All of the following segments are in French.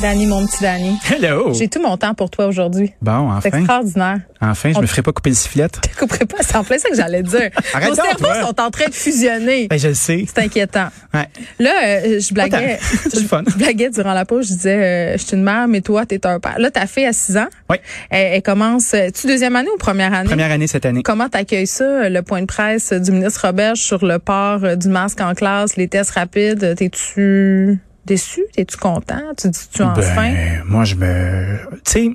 Danny, mon petit Danny. Hello. J'ai tout mon temps pour toi aujourd'hui. Bon, C'est Oh. enfin. extraordinaire. Enfin, je On- me ferai pas couper le sifflet. Je comprends pas, c'est en plein ça que j'allais dire. Arrête Nos donc, cerveaux toi. sont en train de fusionner. Ben, je le sais. C'est inquiétant. Ouais. Là, euh, je blaguais. Pas tant. C'est le fun. Je blaguais durant la pause. Je disais, euh, je suis une mère, mais toi, t'es un père. Là, ta fille à 6 ans. Oui. Elle, elle commence. euh, Tu deuxième année ou première année? Première année cette année. Comment t'accueilles ça, euh, le point de presse du ministre Robert sur le port euh, du masque en classe, les tests rapides? T'es-tu déçu? T'es-tu content? Tu dis-tu enfin? Ben, moi, je me... Tu sais,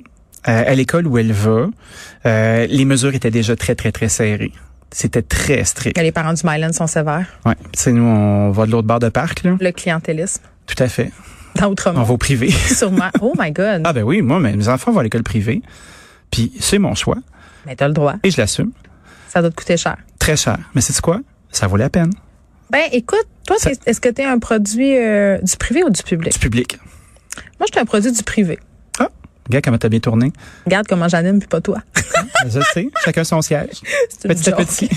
euh, à l'école où elle va, euh, les mesures étaient déjà très, très, très serrées. C'était très strict. Que les parents du Myland sont sévères. Ouais. Tu sais, nous, on va de l'autre bord de parc, là. Le clientélisme. Tout à fait. Dans On Outremont. va au privé. Sûrement. Oh my God. ah ben oui, moi, mes mes enfants vont à l'école privée. Puis c'est mon choix. Mais t'as le droit. Et je l'assume. Ça doit te coûter cher. Très cher. Mais c'est quoi? Ça vaut la peine. Ben, écoute, toi, Ça- t'es- est-ce que t'es un produit euh, du privé ou du public? Du public. Moi, je suis un produit du privé. Ah! Regarde comment t'as bien tourné. Regarde comment j'anime, puis pas toi. Ben, je sais. Chacun son siège. C'est une Petit à joke. petit.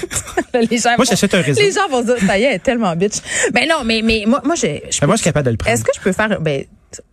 Là, les gens Moi, vont- j'achète un réseau. Les gens vont dire, ça y est, elle est tellement bitch. Ben non, mais, mais moi, moi, j'ai- je. Ben, moi, peux- je suis capable de le prendre. Est-ce que je peux faire. Ben,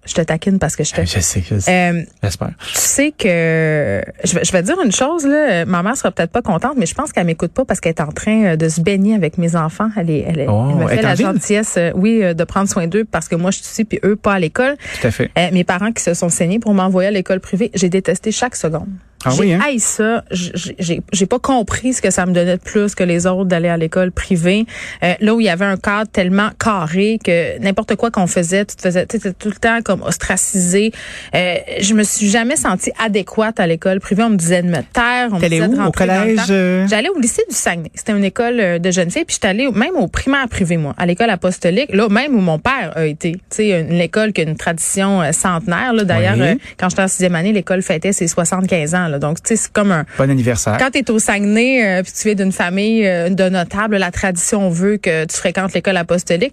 je te taquine parce que je te. Ben, Je sais, je sais. Euh, J'espère. tu sais que je vais, je vais dire une chose là, euh, ma mère sera peut-être pas contente, mais je pense qu'elle m'écoute pas parce qu'elle est en train euh, de se baigner avec mes enfants. Elle, est, elle, est- Oh, elle me elle fait est en la ville? gentillesse, euh, oui, euh, de prendre soin d'eux parce que moi je suis ici puis eux pas à l'école. Tout à fait. Euh, mes parents qui se sont saignés pour m'envoyer à l'école privée, j'ai détesté chaque seconde. Ah j'ai oui, hein? haï ça. J- j- J'ai j'ai pas compris ce que ça me donnait de plus que les autres d'aller à l'école privée. Euh, là où il y avait un cadre tellement carré que n'importe quoi qu'on faisait, tu te faisais tu étais tout le temps comme ostracisé. Euh, je me suis jamais sentie adéquate à l'école privée. On me disait de me taire. On me T'allais disait où? de Au rentrer dans le collège, temps. euh? J'allais au lycée du Saguenay. C'était une école euh, de jeunes filles. Puis j'étais allée au- même au primaire privé, moi, à l'école apostolique, là même où mon père a été. Tu sais, une, une école qui a une tradition euh, centenaire. là. D'ailleurs, Oui. euh, quand j'étais en sixième année, l'école fêtait ses 75 ans. Là. Donc, tu sais, c'est comme un... Bon anniversaire. Quand tu es au Saguenay, euh, puis tu viens d'une famille euh, de notables, la tradition veut que tu fréquentes l'école apostolique.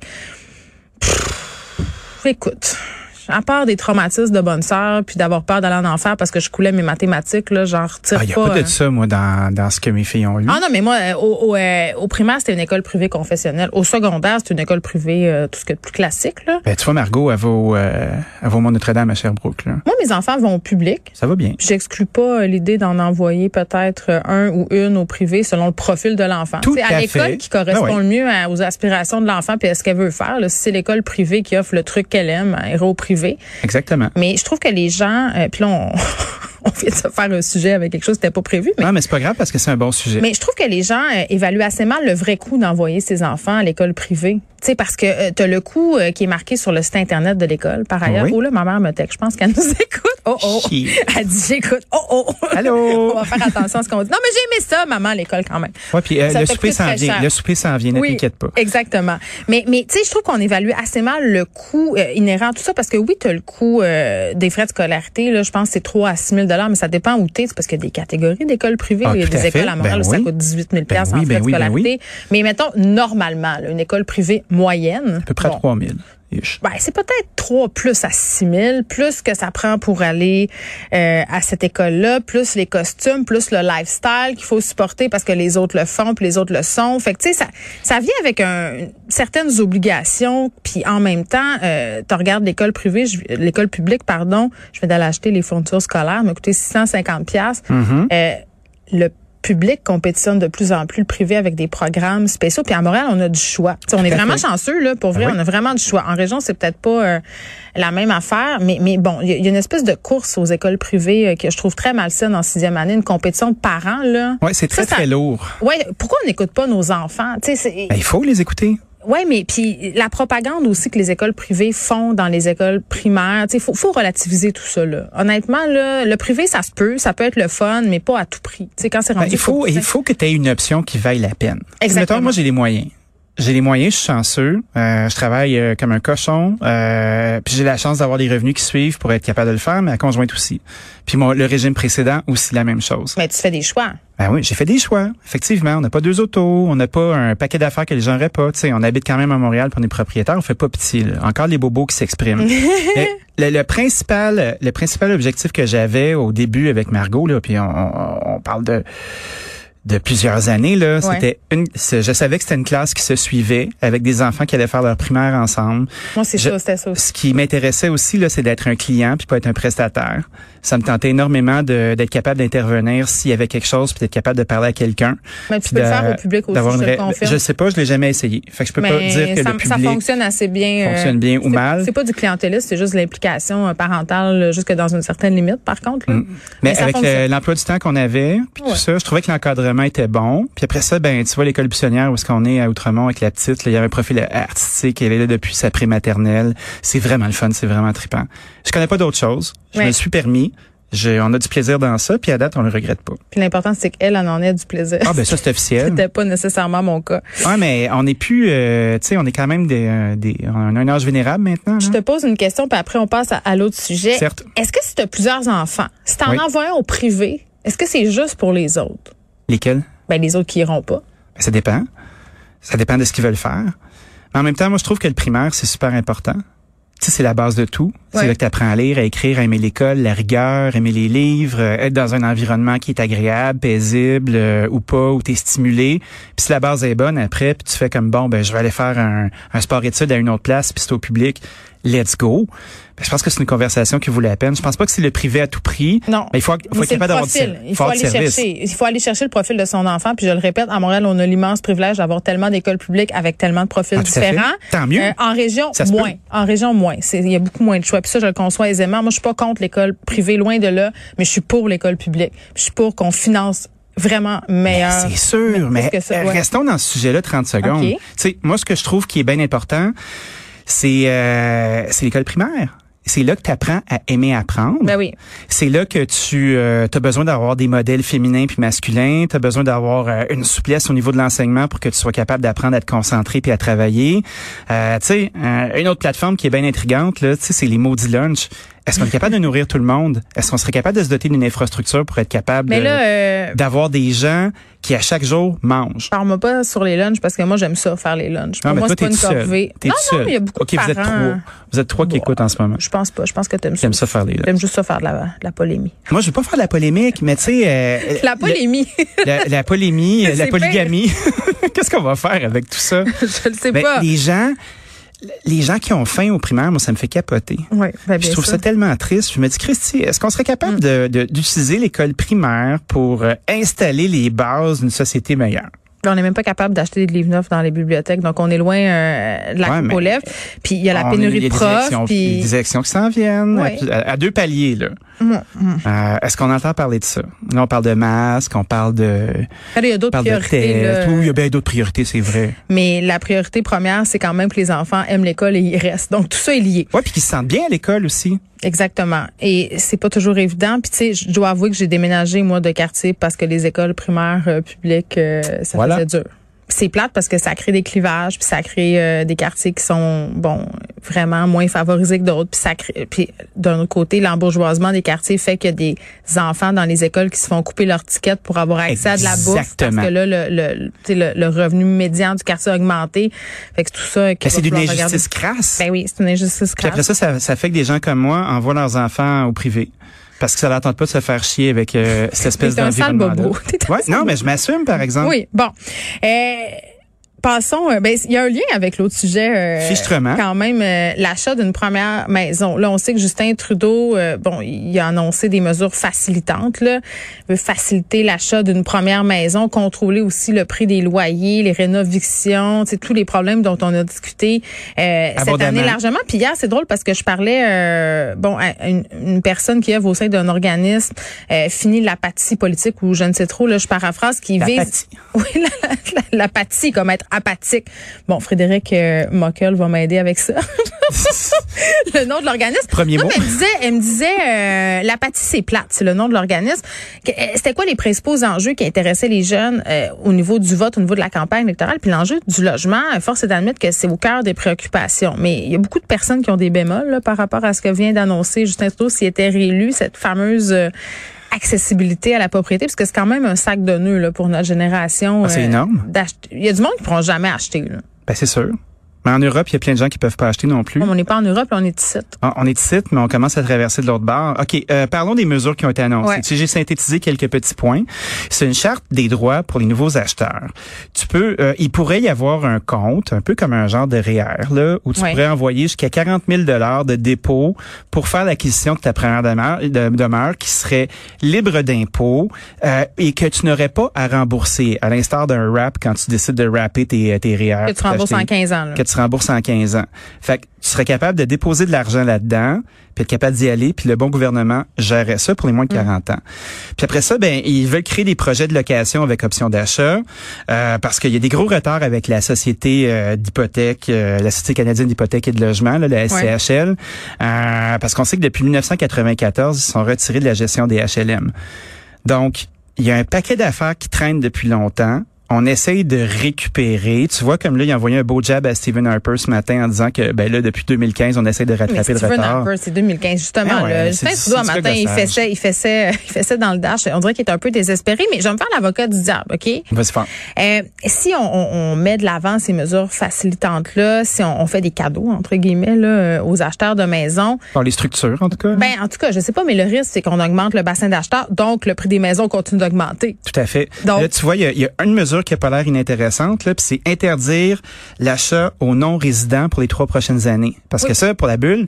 Pff, écoute, à part des traumatismes de bonne sœur, puis d'avoir peur d'aller en enfer parce que je coulais mes mathématiques, là, j'en retire Ah, il n'y a pas. pas hein. de ça, moi, dans, dans ce que mes filles ont lu. Ah non, mais moi, euh, au, au, euh, au primaire, c'était une école privée confessionnelle. Au secondaire, c'était une école privée, euh, tout ce que de plus classique. Là. Ben, tu vois, Margot, elle va au, euh, elle va au Mont Notre-Dame à Sherbrooke. Là. Moi, mes enfants vont au public. Ça va bien. Puis J'exclus pas euh, l'idée d'en envoyer peut-être euh, un ou une au privé selon le profil de l'enfant. Tout C'est à à l'école fait. qui correspond Ah le ouais. mieux à- aux aspirations de l'enfant puis à ce qu'elle veut faire. là. Si c'est l'école privée qui offre le truc qu'elle aime, elle ira au privé. Exactement. Mais je trouve que les gens, euh, puis là, on, on vient de se faire un sujet avec quelque chose qui n'était pas prévu, mais Non, mais c'est pas grave parce que c'est un bon sujet. Mais je trouve que les gens euh, évaluent assez mal le vrai coût d'envoyer ses enfants à l'école privée. Tu sais, parce que tu as le coût euh, qui est marqué sur le site Internet de l'école, par ailleurs. Oui. Oh là, ma mère me texte. Je pense qu'elle nous écoute. Oh, oh. Chier. Elle dit, j'écoute. Oh, oh. Allô? On va faire attention à ce qu'on dit. Non, mais j'ai aimé ça, maman, à l'école quand même. Ouais, puis euh, Ça le te souper coûte s'en très vient. cher. Le souper s'en vient, ne Oui, t'inquiète pas. Exactement. Mais, mais tu sais, je trouve qu'on évalue assez mal le coût euh, inhérent à tout ça parce que oui, tu as le coût euh, des frais de scolarité. Là, je pense que c'est 3 à 6 000 mais ça dépend où tu es. Parce qu'il y a des catégories d'écoles privées. Ah, il y a tout des à fait. écoles à Montréal Ben où ça oui. coûte 18 000 Ben en oui, frais de ben oui, ben oui. scolarité. Mais mettons, normalement, là, une école privée moyenne. À peu près bon, 3000. Ish. ben, c'est peut-être 3 plus à 6 000, plus que ça prend pour aller euh, à cette école-là, plus les costumes, plus le lifestyle qu'il faut supporter parce que les autres le font, puis les autres le sont. Fait que, tu sais, ça, ça vient avec un, certaines obligations, puis en même temps, euh, tu regardes l'école privée, je- l'école publique, pardon, je vais d'aller acheter les fournitures scolaires, m'a coûté 650 pièces. Euh, le public compétitionne de plus en plus le privé avec des programmes spéciaux. Puis à Montréal, on a du choix. Tu sais, on est à vraiment fait. chanceux, là, pour vrai, Ah oui. on a vraiment du choix. En région, c'est peut-être pas euh, la même affaire, mais, mais bon, il y, a- il y a une espèce de course aux écoles privées euh, que je trouve très malsaine en sixième année, une compétition de parents, là. Ouais, c'est très, Ça, ça- très lourd. Ouais, pourquoi on n'écoute pas nos enfants? Tu sais, c'est- Ben, il faut les écouter. ouais, mais puis la propagande aussi que les écoles privées font dans les écoles primaires, tu sais, faut, faut relativiser tout ça, là. Honnêtement, là, le privé, ça se peut, ça peut être le fun, mais pas à tout prix. Tu sais, quand c'est Ben, rendu... il, faut, il faut que tu aies une option qui vaille la peine. Exactement. Mettons, moi, j'ai les moyens. J'ai les moyens, je suis chanceux. Euh, je travaille euh, comme un cochon. Euh, puis j'ai la chance d'avoir les revenus qui suivent pour être capable de le faire, mais la conjointe aussi. Puis mon, le régime précédent aussi la même chose. Mais tu fais des choix. Ben oui, j'ai fait des choix. Effectivement, on n'a pas deux autos, on n'a pas un paquet d'affaires que les gens n'auraient pas. Tu sais, on habite quand même à Montréal, puis on est propriétaire, on fait pas petit. là. Encore les bobos qui s'expriment. Mais le, le principal, le principal objectif que j'avais au début avec Margot, là, puis on, on- on parle de de plusieurs années là. Ouais. C'était une. c'est- Je savais que c'était une classe qui se suivait avec des enfants qui allaient faire leur primaire ensemble. Moi, c'est Je- ça, c'était ça aussi. Ce qui m'intéressait aussi là, c'est d'être un client puis pas être un prestataire. Ça me tentait énormément de- d'être capable d'intervenir s'il y avait quelque chose puis d'être capable de parler à quelqu'un. Mais tu puis peux le de- faire au public aussi, d'avoir je une te le ré- confirme. Je sais pas, je l'ai jamais essayé. Fait que je peux pas Mais dire que ça, le ça public fonctionne assez bien. euh, fonctionne bien c'est- ou mal. C'est pas du clientélisme, c'est juste de l'implication euh, parentale euh, jusque dans une certaine limite, par contre. là. Mm. Mais, Mais ça avec euh, fonctionne. le- l'emploi du temps qu'on avait, puis Ouais. tout ça, je trouvais que l'encadrement était bon. Puis après ça, ben tu vois l'école buissonnière où est-ce qu'on est à Outremont avec la petite, là, il y avait un profil artistique, elle est là depuis sa prématernelle. C'est vraiment le fun, c'est vraiment trippant. Je connais pas d'autre chose. Je Ouais. me suis permis. J'ai- on a du plaisir dans ça, puis à date, on le regrette pas. Puis l'important, c'est qu'elle en en ait du plaisir. Ah ben ça c'est officiel. C'était pas nécessairement mon cas. Ouais, mais on n'est plus, euh, tu sais, on est quand même des, euh, des, on a un âge vénérable maintenant. Je là. te pose une question, puis après, on passe à, à l'autre sujet. Certes. Est-ce que si tu as plusieurs enfants, si t'en Oui. envoies un au privé, est-ce que c'est juste pour les autres? Lesquels? Ben, les autres qui iront pas. Ben, Ça dépend. Ça dépend de ce qu'ils veulent faire. Mais en même temps, moi, je trouve que le primaire, c'est super important. Tu sais, c'est la base de tout. Ouais. C'est là que tu apprends à lire, à écrire, à aimer l'école, la rigueur, aimer les livres, euh, être dans un environnement qui est agréable, paisible euh, ou pas, où tu es stimulé. Puis si la base est bonne après, puis tu fais comme, bon, ben je vais aller faire un, un sport-études à une autre place, puis c'est au public, let's go. Ben, je pense que c'est une conversation qui vaut la peine. Je pense pas que c'est le privé à tout prix. Non. Mais il faut, faut Mais être c'est le capable d'avoir du profil. ser- Il faut, avoir du aller service. chercher. Il faut aller chercher le profil de son enfant. Puis je le répète, à Montréal, on a l'immense privilège d'avoir tellement d'écoles publiques avec tellement de profils Ah, tout à fait. différents. Euh, Tant mieux. en région, Ça se moins. peut. En région, moins. C'est- Il y a beaucoup moins de choix. Puis ça, je le conçois aisément. Moi, je suis pas contre l'école privée, loin de là, mais je suis pour l'école publique. Je suis pour qu'on finance vraiment meilleur. Ben, C'est sûr, Mais mais, plus que ça, ouais. restons dans ce sujet-là 30 secondes. Ok. Tu sais, moi, ce que je trouve qui est bien important, c'est euh, c'est l'école primaire. C'est là que tu apprends à aimer apprendre. Ben oui. C'est là que tu as besoin d'avoir des modèles féminins puis masculins. Tu as besoin d'avoir euh, une souplesse au niveau de l'enseignement pour que tu sois capable d'apprendre à te concentrer puis à travailler. Euh, tu sais, euh, une autre plateforme qui est bien intrigante, là, tu sais, c'est les maudits lunch. Est-ce qu'on est capable de nourrir tout le monde? Est-ce qu'on serait capable de se doter d'une infrastructure pour être capable Mais de- là, euh, d'avoir des gens qui à chaque jour mangent. Ah, parle-moi pas sur les lunchs parce que moi, j'aime ça, faire les lunchs. Pour mais moi, toi, c'est pas t'es une tout seul. corvée. T'es non, tout non, seul. mais il y a beaucoup OK, de vous êtes parents. trois. Vous êtes trois qui Bon. écoutent en ce moment. Je pense pas. Je pense que t'aimes ça. J'aime ça faire les lunchs. T'aimes juste ça faire de la, de la polémie. Moi, je veux pas faire de la polémique, mais tu sais... euh, La polémie. le- La, la polémie, euh, C'est la polygamie. Qu'est-ce qu'on va faire avec tout ça? je le sais Ben, pas. les gens... Les gens qui ont faim au primaire, moi, ça me fait capoter. Ouais, ben, Puis bien je trouve sûr. Mm. ça tellement triste. Je me dis, Christy, est-ce qu'on serait capable de- de- d'utiliser l'école primaire pour euh, installer les bases d'une société meilleure? Puis Ben, On n'est même pas capable d'acheter des livres neufs dans les bibliothèques, donc on est loin euh, de la Ouais, coupe mais- Ah, aux lèvres. Puis il y a la On- pénurie il de y a des profs. élections- il y a Puis des élections qui s'en viennent Ouais. Mm, à, à deux paliers là. Euh, Est-ce qu'on entend parler de ça Là, on parle de masques, on parle de, il y a on d'autres parle de priorités. tests. là. Oui, il y a bien d'autres priorités, c'est vrai. Mais la priorité première, c'est quand même que les enfants aiment l'école et y restent. Donc tout ça est lié. Ouais, puis qu'ils se sentent bien à l'école aussi. Exactement. Et c'est pas toujours évident. Puis tu sais, je dois avouer que j'ai déménagé moi de quartier parce que les écoles primaires euh, publiques, euh, ça Voilà. faisait dur. Puis C'est plate parce que ça crée des clivages, puis ça crée euh, des quartiers qui sont bon vraiment moins favorisés que d'autres, puis ça crée, puis d'un autre côté l'embourgeoisement des quartiers fait qu'il y a des enfants dans les écoles qui se font couper leur ticket pour avoir accès à de la bouffe parce Exactement. que là le le, tu sais, le le revenu médian du quartier a augmenté, fait que tout ça qu'il Ben, va c'est d'une falloir regarder. injustice crasse. Ben oui, c'est une injustice puis grave. après ça, ça, ça fait que des gens comme moi envoient leurs enfants au privé parce que ça leur tente pas de se faire chier avec euh, cette espèce T'es un sale d'environnement. bobo. T'es un Ouais, non, mais hein. je m'assume par exemple. Oui, bon. Euh, passons. euh, ben, il y a un lien avec l'autre sujet. euh, Fichtrement. Quand même, euh, l'achat d'une première maison. Là, on sait que Justin Trudeau, euh, bon, il a annoncé des mesures facilitantes. Là. Il veut faciliter l'achat d'une première maison, contrôler aussi le prix des loyers, les rénovations, tu sais, tous les problèmes dont on a discuté euh, cette Abondamment. année largement. Puis hier, c'est drôle parce que je parlais, euh, bon, à une, une personne qui œuvre au sein d'un organisme, euh, fini l'apathie politique ou je ne sais trop, là, je paraphrase, qui vise... L'apathie. Oui, l'apathie, la, l'apathie, comme être apathique. Bon, Frédéric euh, Mockel va m'aider avec ça. le nom de l'organisme. Premier Non, mot. mais Elle me disait, elle me disait euh, l'apathie, c'est plate, c'est le nom de l'organisme. Que- euh, C'était quoi les principaux enjeux qui intéressaient les jeunes euh, au niveau du vote, au niveau de la campagne électorale? Puis l'enjeu du logement, euh, force est d'admettre que c'est au cœur des préoccupations. Mais il y a beaucoup de personnes qui ont des bémols là, par rapport à ce que vient d'annoncer Justin Trudeau s'il était réélu, cette fameuse... euh, accessibilité à la propriété, parce que c'est quand même un sac de nœuds là, pour notre génération. euh, Ah, c'est énorme. d'acheter- Il y a du monde qui ne pourront jamais acheter. là. Ben c'est sûr. Mais en Europe, il y a plein de gens qui peuvent pas acheter non plus. On n'est pas en Europe, là, on est ici. On Ah, on est ici, mais on commence à traverser de l'autre bord. OK, euh, parlons des mesures qui ont été annoncées. Ouais. Tu sais, J'ai synthétisé quelques petits points. C'est une charte des droits pour les nouveaux acheteurs. Tu peux, euh, il pourrait y avoir un compte, un peu comme un genre de REER, là, où tu Ouais. pourrais envoyer jusqu'à 40 000 de dépôt pour faire l'acquisition de ta première demeure, de- demeure qui serait libre d'impôts euh, et que tu n'aurais pas à rembourser, à l'instar d'un RAP quand tu décides de rapper tes, tes REER. Que tu pour rembourses t'acheter- en 15 ans. Là. que tu rembourses en 15 ans. Fait que tu serais capable de déposer de l'argent là-dedans, puis être capable d'y aller, puis le bon gouvernement gérerait ça pour les Mm. moins de 40 ans. Puis après ça, ben ils veulent créer des projets de location avec option d'achat, euh, parce qu'il y a des gros retards avec la société euh, d'hypothèque, euh, la société canadienne d'hypothèque et de logement, là, la SCHL, euh, parce qu'on sait que depuis 1994, ils sont retirés de la gestion des HLM. Donc, il y a un paquet d'affaires qui traînent depuis longtemps. On essaye de récupérer. Tu vois, comme là, il a envoyé un beau jab à Stephen Harper ce matin en disant que, ben là, depuis 2015, on essaie de Mais rattraper le Stephen retard. Harper, c'est 2015, justement. Ah ouais, là. c'est Justin du- Trudeau, un c'est du matin, il gossage. fessait, il, fessait, il fessait dans le dash. On dirait qu'il est un peu désespéré, mais je vais me faire l'avocat du diable, OK? Vas-y, fort. Euh, si on, on- on met de l'avant ces mesures facilitantes-là, si on, on fait des cadeaux, entre guillemets, là, euh, aux acheteurs de maisons, Par les structures, en tout cas. ben, en tout cas, je sais pas, mais le risque, c'est qu'on augmente le bassin d'acheteurs, donc le prix des maisons continue d'augmenter. Tout à fait. Donc- là, tu vois, il y a, il y a une mesure qui a pas l'air inintéressante, là, puis c'est interdire l'achat aux non-résidents pour les trois prochaines années. Parce Oui. que ça, pour la bulle, tu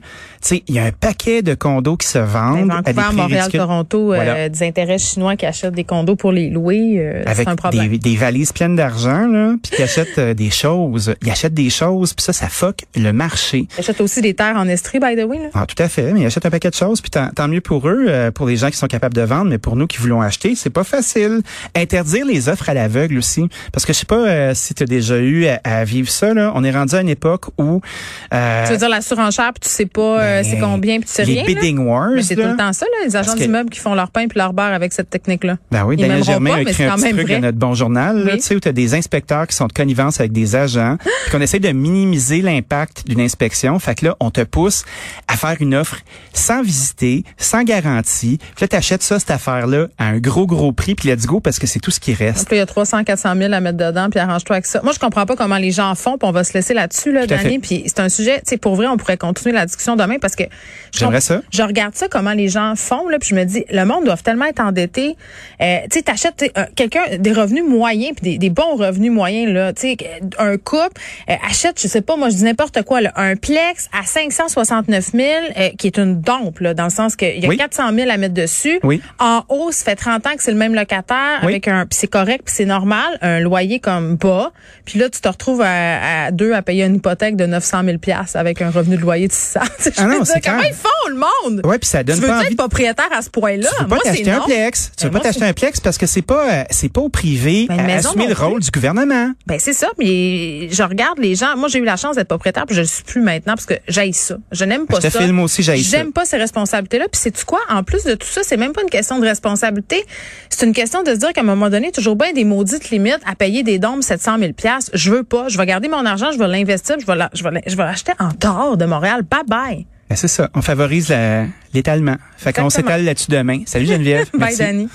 sais, il y a un paquet de condos qui se vendent à Vancouver, des Hum, prix Montréal, ridicules. Toronto, euh, Voilà. des intérêts chinois qui achètent des condos pour les louer, euh, c'est avec un problème. des, des valises pleines d'argent là, puis qui achètent euh, des choses, ils achètent des choses, puis ça ça fuck le marché. Ils achètent aussi des terres en Estrie, by the way. Là. Ah, tout à fait, mais ils achètent un paquet de choses, puis tant, tant mieux pour eux, euh, pour les gens qui sont capables de vendre, mais pour nous qui voulons acheter, c'est pas facile. Interdire les offres à l'aveugle aussi, parce que je sais pas euh, si tu as déjà eu à, à vivre ça, là. on est rendu à une époque où euh, Tu veux dire la surenchère, puis tu sais pas euh, ben, c'est combien, puis tu sais les rien. là? bidding wars, Mais c'est tout là. le temps ça, là, les agents Parce que- d'immeubles qui font leur pain puis leur beurre avec cette technique-là. Ben oui, Ils Daniel m'aimeront Germain pas, a mais écrit c'est un quand petit même truc vrai. dans notre bon journal, là, Oui. tu sais, où tu as des inspecteurs qui sont de connivence avec des agents, puis qu'on essaie de minimiser l'impact d'une inspection. Fait que là, on te pousse à faire une offre sans visiter, sans garantie. Puis là, t'achètes ça, cette affaire-là, à un gros, gros prix, puis let's go, parce que c'est tout ce qui reste. Puis il y a 300, 400 000 à mettre dedans, puis arrange-toi avec ça. Moi, je comprends pas comment les gens font, puis on va se laisser là-dessus, là, Tout à fait. Dani. Puis c'est un sujet, tu sais, pour vrai, on pourrait continuer la discussion demain parce que je J'aimerais comp- ça. Je regarde ça, comment les gens font, là, puis je me dis, le monde doit tellement être endetté. Euh, tu sais, t'achètes tu sais, euh, quelqu'un des revenus moyens, puis des, des bons revenus moyens, là. Tu sais, un couple euh, achète, je sais pas, moi, je dis n'importe quoi, là, un plex à 569 000, euh, qui est une dompe, là, dans le sens qu'il y a Oui. 400 000 à mettre dessus. Oui. En haut, ça fait 30 ans que c'est le même locataire Oui. avec un puis c'est correct, puis c'est normal, un loyer comme bas. Puis là, tu te retrouves à, à deux à payer une hypothèque de 900 000 pièces avec un revenu de loyer de 600. Tu sais, je Ah veux non, dire, c'est comment clair. ils font le monde Ouais, puis ça Tu donne veux pas être envie propriétaire à ce point-là Tu veux pas Ah, Moi, c'est t'acheter un non. plex. Tu Ben, veux pas moi, t'acheter c'est- un plex parce que c'est pas euh, c'est pas au privé Ben, une à maison assumer non le plus. rôle du gouvernement. Ben c'est ça, mais je regarde les gens. Moi, j'ai eu la chance d'être propriétaire, puis je le suis plus maintenant parce que j'aille ça. Je n'aime pas Ben, Je te ça. filme aussi, j'haïs ça. J'aime pas ces responsabilités-là. Puis c'est tu quoi En plus de tout ça, c'est même pas une question de responsabilité. C'est une question de se dire qu'à un moment donné, toujours bien des maudites limites à payer des dons de 700 000 pièces. Je veux pas. Je vais garder mon argent, je vais l'investir, puis je vais, la- je vais, la- je vais l'acheter en dehors de Montréal. Bye bye. Ben, c'est ça. On favorise la- l'étalement. Fait qu'on Exactement. s'étale là-dessus demain. Salut Geneviève. Bye Merci. Danny.